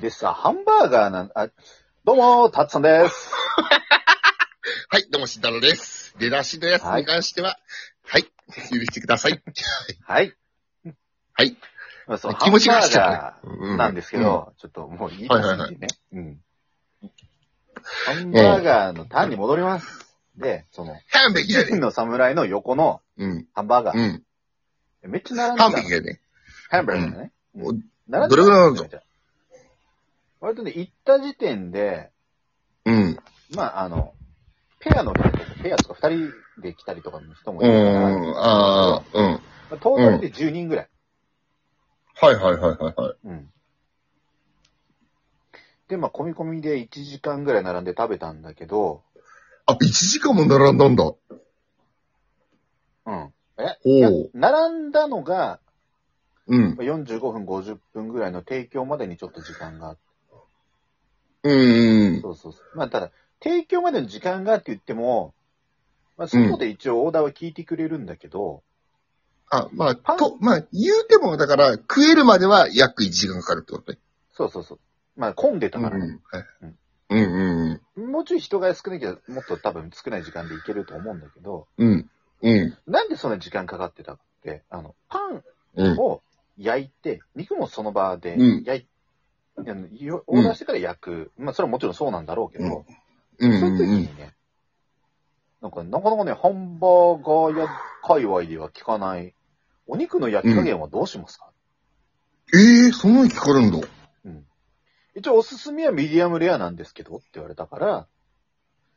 でさ、ハンバーガーなん、あ、どうも、たっさんです。はい、どうも、しんたろです。出だしのやつに関しては、はい、許してください。はい。はい。まあ、その気持ちがしちゃうねハンバーうガーなんですけど、ちょっともういいですはいはいね。うん。ハンバーガーのターンに戻ります。で、その、うん。完璧やね。金の侍の横のうん。ハンバーガー。うん。めっちゃ並ん完で璧やね。た。ハンバーガーね。う並んでたどれぐらい並んだ割とね、行った時点で、うん。まあ、あの、ペアの人とか、ペアとか二人で来たりとかの人もういるから、まん。ああ、うん。あトータルで10人ぐらい。はいはいはいはいはい。うん。で、まあ、込み込みで1時間ぐらい並んで食べたんだけど、あ、1時間も並んだんだ。ほうん。えいやう。並んだのが、うまん。あ45分、50分ぐらいの提供までにちょっと時間があって、うん。そうそうそう。まあ、ただ、提供までの時間がって言っても、まあ、外で一応オーダーは聞いてくれるんだけど、あ、まあ、と、まあ、言うても、だから、食えるまでは約1時間かかるってことね。そうそうそう。まあ、混んでたうん。かはいらね、うんうんもうちょい人が少なきゃ、もっと多分少ない時間でいけると思うんだけど、うん。うん。うん。なんでそんな時間かかってたかって、あの、パンうん。を焼いて、肉もその場でうん焼い、あのよオーダーしてから焼く。まあ、それはもちろんそうなんだろうけど、うん。そういう時にね、なんか、なかなかね、ハンバーガーや界隈では聞かない、お肉の焼き加減はどうしますか、ええ、そんなに聞かれるんだ。一応おすすめはミディアムレアなんですけどって言われたから、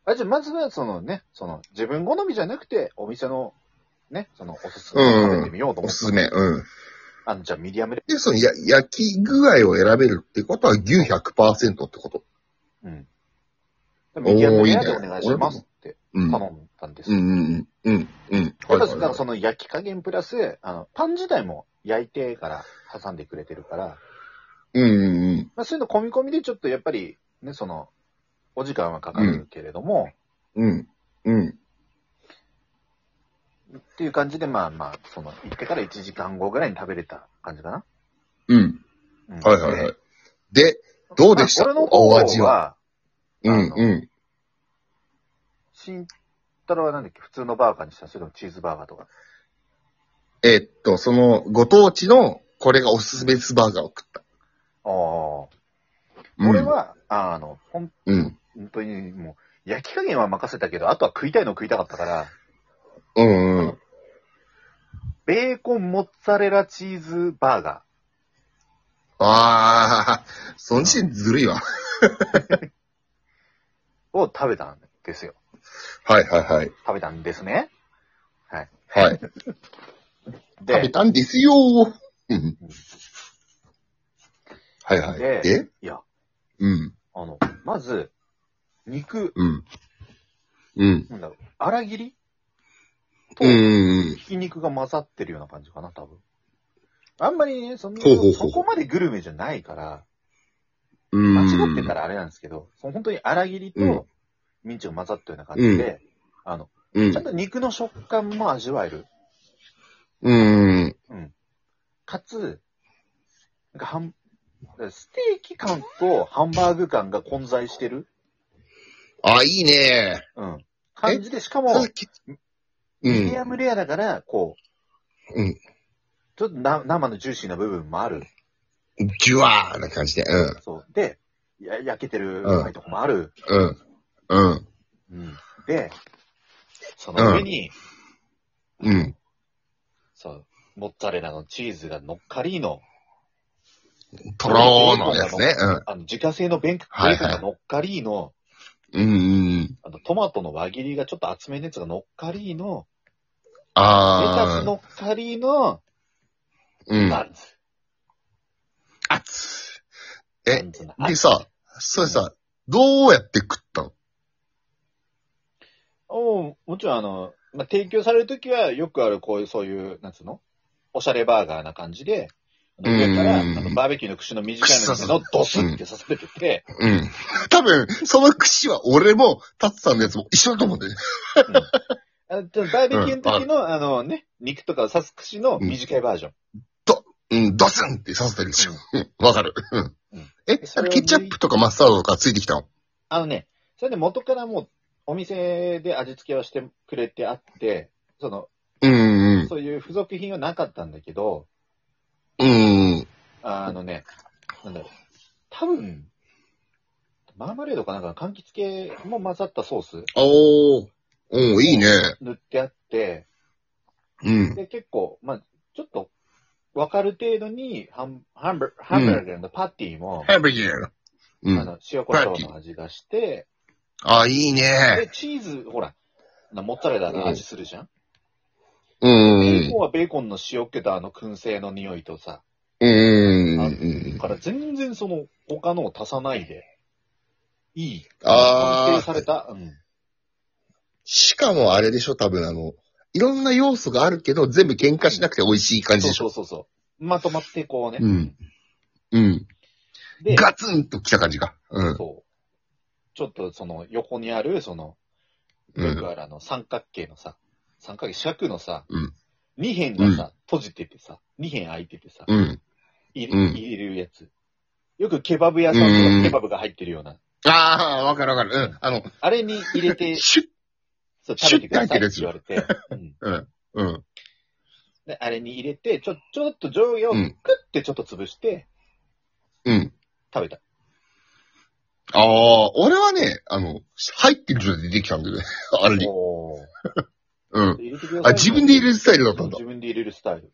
あ、じゃあまずはそのね、その自分好みじゃなくて、お店のね、そのおすすめを食べてみようとお思って、すすめ。うん。あの、じゃあミディアムレで、そのや焼き具合を選べるってことは牛100%ってこと。ア、うん。でミディアムレアでおーいおいね願いしますって。うん。頼んだんですうよ。んうんうん。うんうん。ただはだいはかいはらいその焼き加減プラス、あの、パン自体も焼いてから挟んでくれてるから、うんうんまあ、そういうの込み込みでちょっとやっぱり、ね、その、お時間はかかるけれども、うん。うん。うん。っていう感じで、まあまあ、その、行ってから1時間後ぐらいに食べれた感じかな。うん。うんはいはいはい。で、どうでしたまあ俺の方お味はは、うんうん。慎太郎はなんだっけ、普通のバーガーにしたそれともチーズバーガーとか。えっと、その、ご当地の、これがおすすめスバーガーを食った。ああ、うん俺、は、あの、ほんうん。本当にもう、焼き加減は任せたけど、あとは食いたいの食いたかったから、うんうん。ベーコンモッツァレラチーズバーガー。ああ、その時点でずるいわ。を食べたんですよ。はいはいはい。食べたんですね。はい。食べで、たんですよー。うん。はいはい。ででいや、うん。あの、まず、肉、うん。うん。なんだろう、粗切りと、うん。ひき肉が混ざってるような感じかな、多分。あんまりね、そんなほうほうほうそこまでグルメじゃないから、うん。間違ってたらあれなんですけど、その本当に粗切りうんとミンチが混ざったような感じで、あの、うんちゃんと肉の食感も味わえる。うん。かつ、なんかハン、ステーキ感とハンバーグ感が混在してる、あ、いいね。うん、感じで、しかそもれ、きうミディん。アムレアだから、こう、うんちょっとな生のジューシーな部分もある。ジュワーな感じで。うん。そう。で、や焼けてるうんうまいとこもある。うん。うん。うん。で、その上に、うん。そう、モッツァレラのチーズが乗っかりの、とろーのやつね。あの、自家製のベンベはいはーいコンが乗っかりの、うん。うんうん。あの、トマトの輪切りがちょっと厚めのやつが乗っかりの、レタスあ乗っかりの、ー。うん。ナッツ。あつ。えナッツのでさ、それさ、どうやって食ったのおうもちろんあの、まあ、提供されるときはよくあるこういう、そういう、なんつうのおしゃれバーガーな感じで、あの上から、あうんの、バーベキューの串の短いののドスって刺されてて、うん。 多分、その串は俺も、タツさんのやつも一緒だと思うんだよね。あのバーベキューの時の、あのね、肉とかを刺す串の短いバージョン。うん、ドスンって刺さってるでしょ。うんわかる。うんうんえ、それを抜いケチャップとかマスタードとかついてきたのあのね、それで元からもう、お店で味付けをしてくれてあって、その、うんうん。そういう付属品はなかったんだけど、うんうん。あのね、なんだろう。多分、マーマレードかなんかの柑橘系も混ざったソースおー。おー、いいね。塗ってあって、うん。で、結構、まあちょっと、わかる程度にハン、ハンバー、ハンバーガーのパティも、ハーブギア。うあん。の、塩コショウの味がして、あ、いいね。で、チーズ、ほら、なモッツァレラの味するじゃん、うんベーうんコンはベーコンの塩気とあの燻製の匂いとさ、うん。うんうんうんだ。から全然その、他のを足さないで、いい。あー完成された、うん。しかもあれでしょ、多分あの、いろんな要素があるけど、全部喧嘩しなくて美味しい感じそうでしそょ。うそうそう。まとまってこうね。うん。うん。で、ガツンと来た感じか。うん。そう。ちょっとその横にある、その、うよん。くあるあの三角形のさ、三角形、四角のさ、うん二辺がさ、閉じててさ、二辺開いててさ、うん。入うんれ入れるやつ。よくケバブ屋さんとうかんケバブが入ってるような。ああ、わかるわかる。うん。あの、あれに入れ て、シュッ。そう食べてくださいって言われて、うんうん。であれに入れて、ちょ、ちょっと上下をうクッん。てちょっと潰してうん。食べた。ああ、俺はね、あの、入ってる状態でできたんだよね。あれに。おーうん。入れてくださいあ、自分で入れるスタイルだったんだ。自分で入れるスタイル。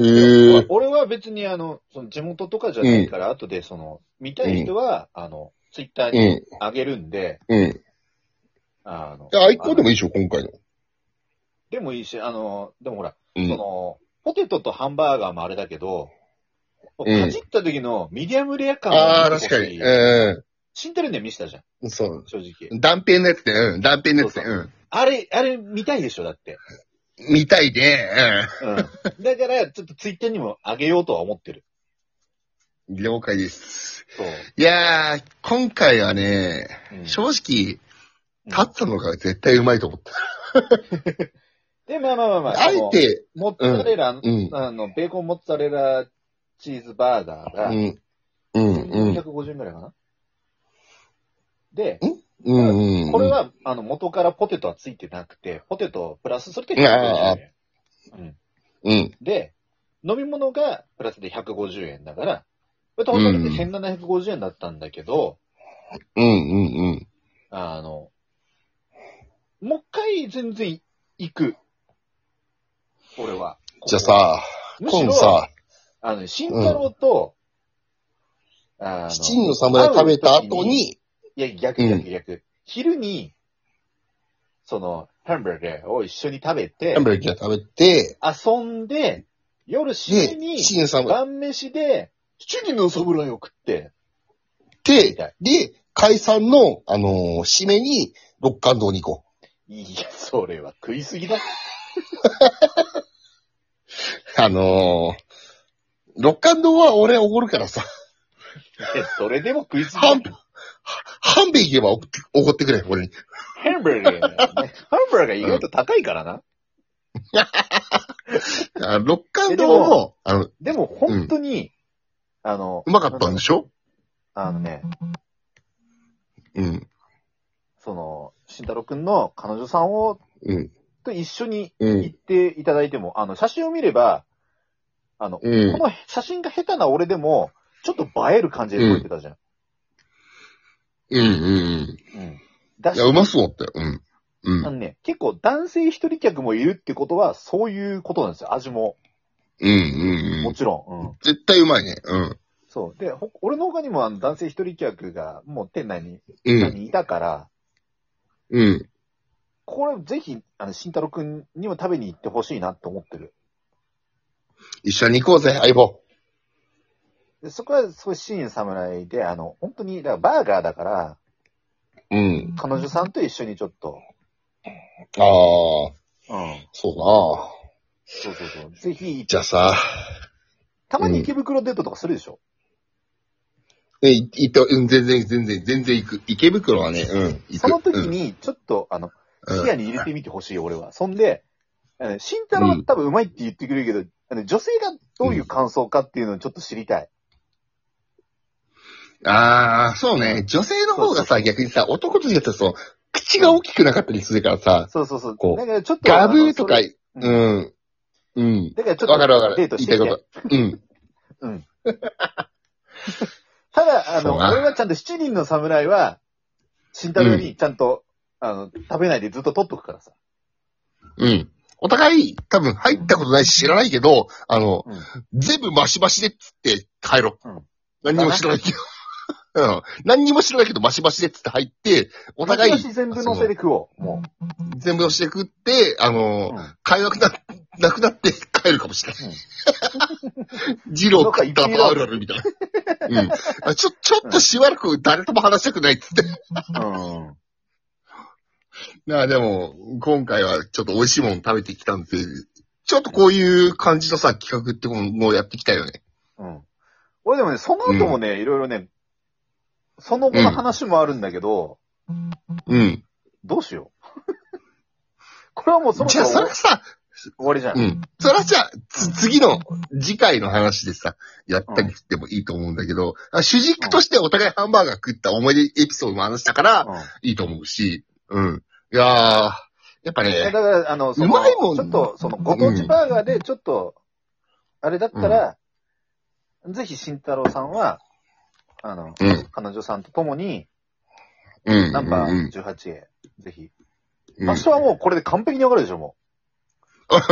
へえ。俺は別にあの、その地元とかじゃないから、後でその、見たい人は、あの、ツイッターうにん、あげるんで、うん。で、あの、アイコンでもいいいいでしょ、今回の。でもいいし、あの、でもほら、うそん。の、ポテトとハンバーガーもあれだけど、うんかじった時のミディアムレア感ああ、見て確ほかしに。いう知ってるんで見せたじゃん、ん。そう。正直。断片のやつね。うん。断片のやつね。そううん。あれ、あれ見たいでしょ、だって。見たいね。うん。だから、ちょっとツイッターにもあげようとは思ってる。うん。了解です。そう。いやー、今回はね、うん正直、うん勝ったのが絶対うまいと思った。で、まあまあまあまあ、あえて、そのモッツァレラうん。あの、ベーコンモッツァレラチーズバーガーうが、ん。うん。うん。 150円ぐらいかな。で、うん。うんこれ、は、あの、元からポテトはついてなくて、ポテトプラス、それであ150あ円。うん、うん。で、飲み物がプラスで150円だから、これトータルで1750円だったんだけど、うん。うん。あの、もう一回全然行く。俺は。じゃあさ、むし今度ろ、さ、あの、慎太郎と、あの七人の侍食べた後に、いや、逆うん逆逆。昼に、その、ハンバーガーを一緒に食べてハン、バーガー食べて、遊んで、夜7時で、に、七人の侍晩飯で、七人の侍を食って、食って、で、解散の、あのー締めに、六感堂に行こいや、それは食いすぎだ。 う。あのー、六感堂は俺おごるからさ、えそれでも食いすぎだ。半分、半分行けばおおごってくれ、俺に。ハンバーガー、ね。ハンバーガー意外と高いからな。あ六感えで堂もも、あの、うでも、本当に、あの、まかったんでしょあのね、うん。その、慎太郎くんの彼女さんを、うん。と一緒にう行っん。ていただいても、あの、写真を見れば、あの、うんこ。の写真が下手な俺でも、ちょっと映える感じで撮れてたじゃん。うん。うん。うん。だいし、や、うまそうだったよ。うん。うあん。のね、結構男性一人客もいるってことは、そういうことなんですよ。味も、うん。うん。うもん。ちろん。うん。絶対うまいね。うん。そう。で、ほ俺の他にもあの男性一人客が、もう店内に、うん。いたから、うん。これぜひ、あの、慎太郎くんにも食べに行ってほしいなって思ってる。一緒に行こうぜ、相棒。で、そこは、そういうシーン侍で、あの、本当に、だからバーガーだから、うん。彼女さんと一緒にちょっと、ああ、うん。そうなそうそうそう。ぜひ、じゃあさ、たまに池袋デートとかするでしょ、え、いいと、うん、全然、全然、全然行く。池袋はね、うん、行く。その時うん、に、ちょっと、あの、うん視野に入れてみてほしい、俺は。そんで、あの慎太郎は多分うまいって言ってくれるけど、あの女性がどういう感想かっていうのをちょっと知りたい。ああ、そうね。女性の方がさ、逆にさ、男と違ってその、口が大きくなかったりするからさ、そうそうそう。こうだからちょっと。ガブーとかあのそれ、うん。うん。だからちょっと。わかるわかる。デート言しいたていきこて。と。うん。うん。ただ、あその、うな俺はちゃんと七人の侍は、慎太郎にちゃんと、あの、食べないでずっと取っとくからさ。うん。お互い、多分入ったことないし知らないけど、あの、うん全部マシマシでっつって入ろう。うん何にも知らないけど。 うん。何にも知らないけど、マシマシでっつって入って、お互い私全部乗せで食おう。も全部をして食って、あのう。う、ん。買えなくな、なくなって帰るかもしれない。ジロー食った後あるあるみたいな。うん。あちょ、ちょっとしばらく誰とも話したくないっつって。うん。なあ、でも、今回はちょっと美味しいもの食べてきたんで、ちょっとこういう感じのさ、企画ってものをやってきたよね。うん。俺でもね、その後もね、いろいろね、その後の話もあるんだけど、うん。どうしよう。これはもうそ ろじそゃあ、ろそれはさ、終わりじゃん。うん。それはじゃあ、つ、次の、次回の話でさ、やったりしてもいいと思うんだけど、あ主軸としてお互いハンバーガー食った思い出エピソードの話だから、うんいいと思うし、うん。いやー、やっぱいやね、だから、あの、その、うまいもんちょっと、その、ご当地バーガーで、ちょっと、あれだったら、ぜひ、慎太郎さんは、あの、うん彼女さんと共に、うん。ナンバうんー18へ、ぜひ。うん場所はもう、これで完璧にわかるでしょ、も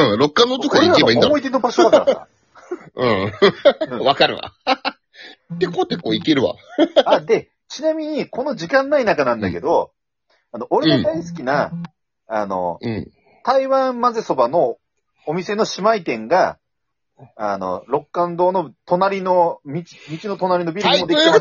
うん、 六冠う。のとこに行けばいい俺らんだの思い出の場所だからさ。うん。うんわかるわ。 てこてこいけるわ。あ、で、ちなみに、この時間ない中なんだけど、あの、俺の大好きな、あの、うん。台湾混ぜそばのお店の姉妹店が、あの、六冠堂の隣の、道、道の隣のビルにもできてまた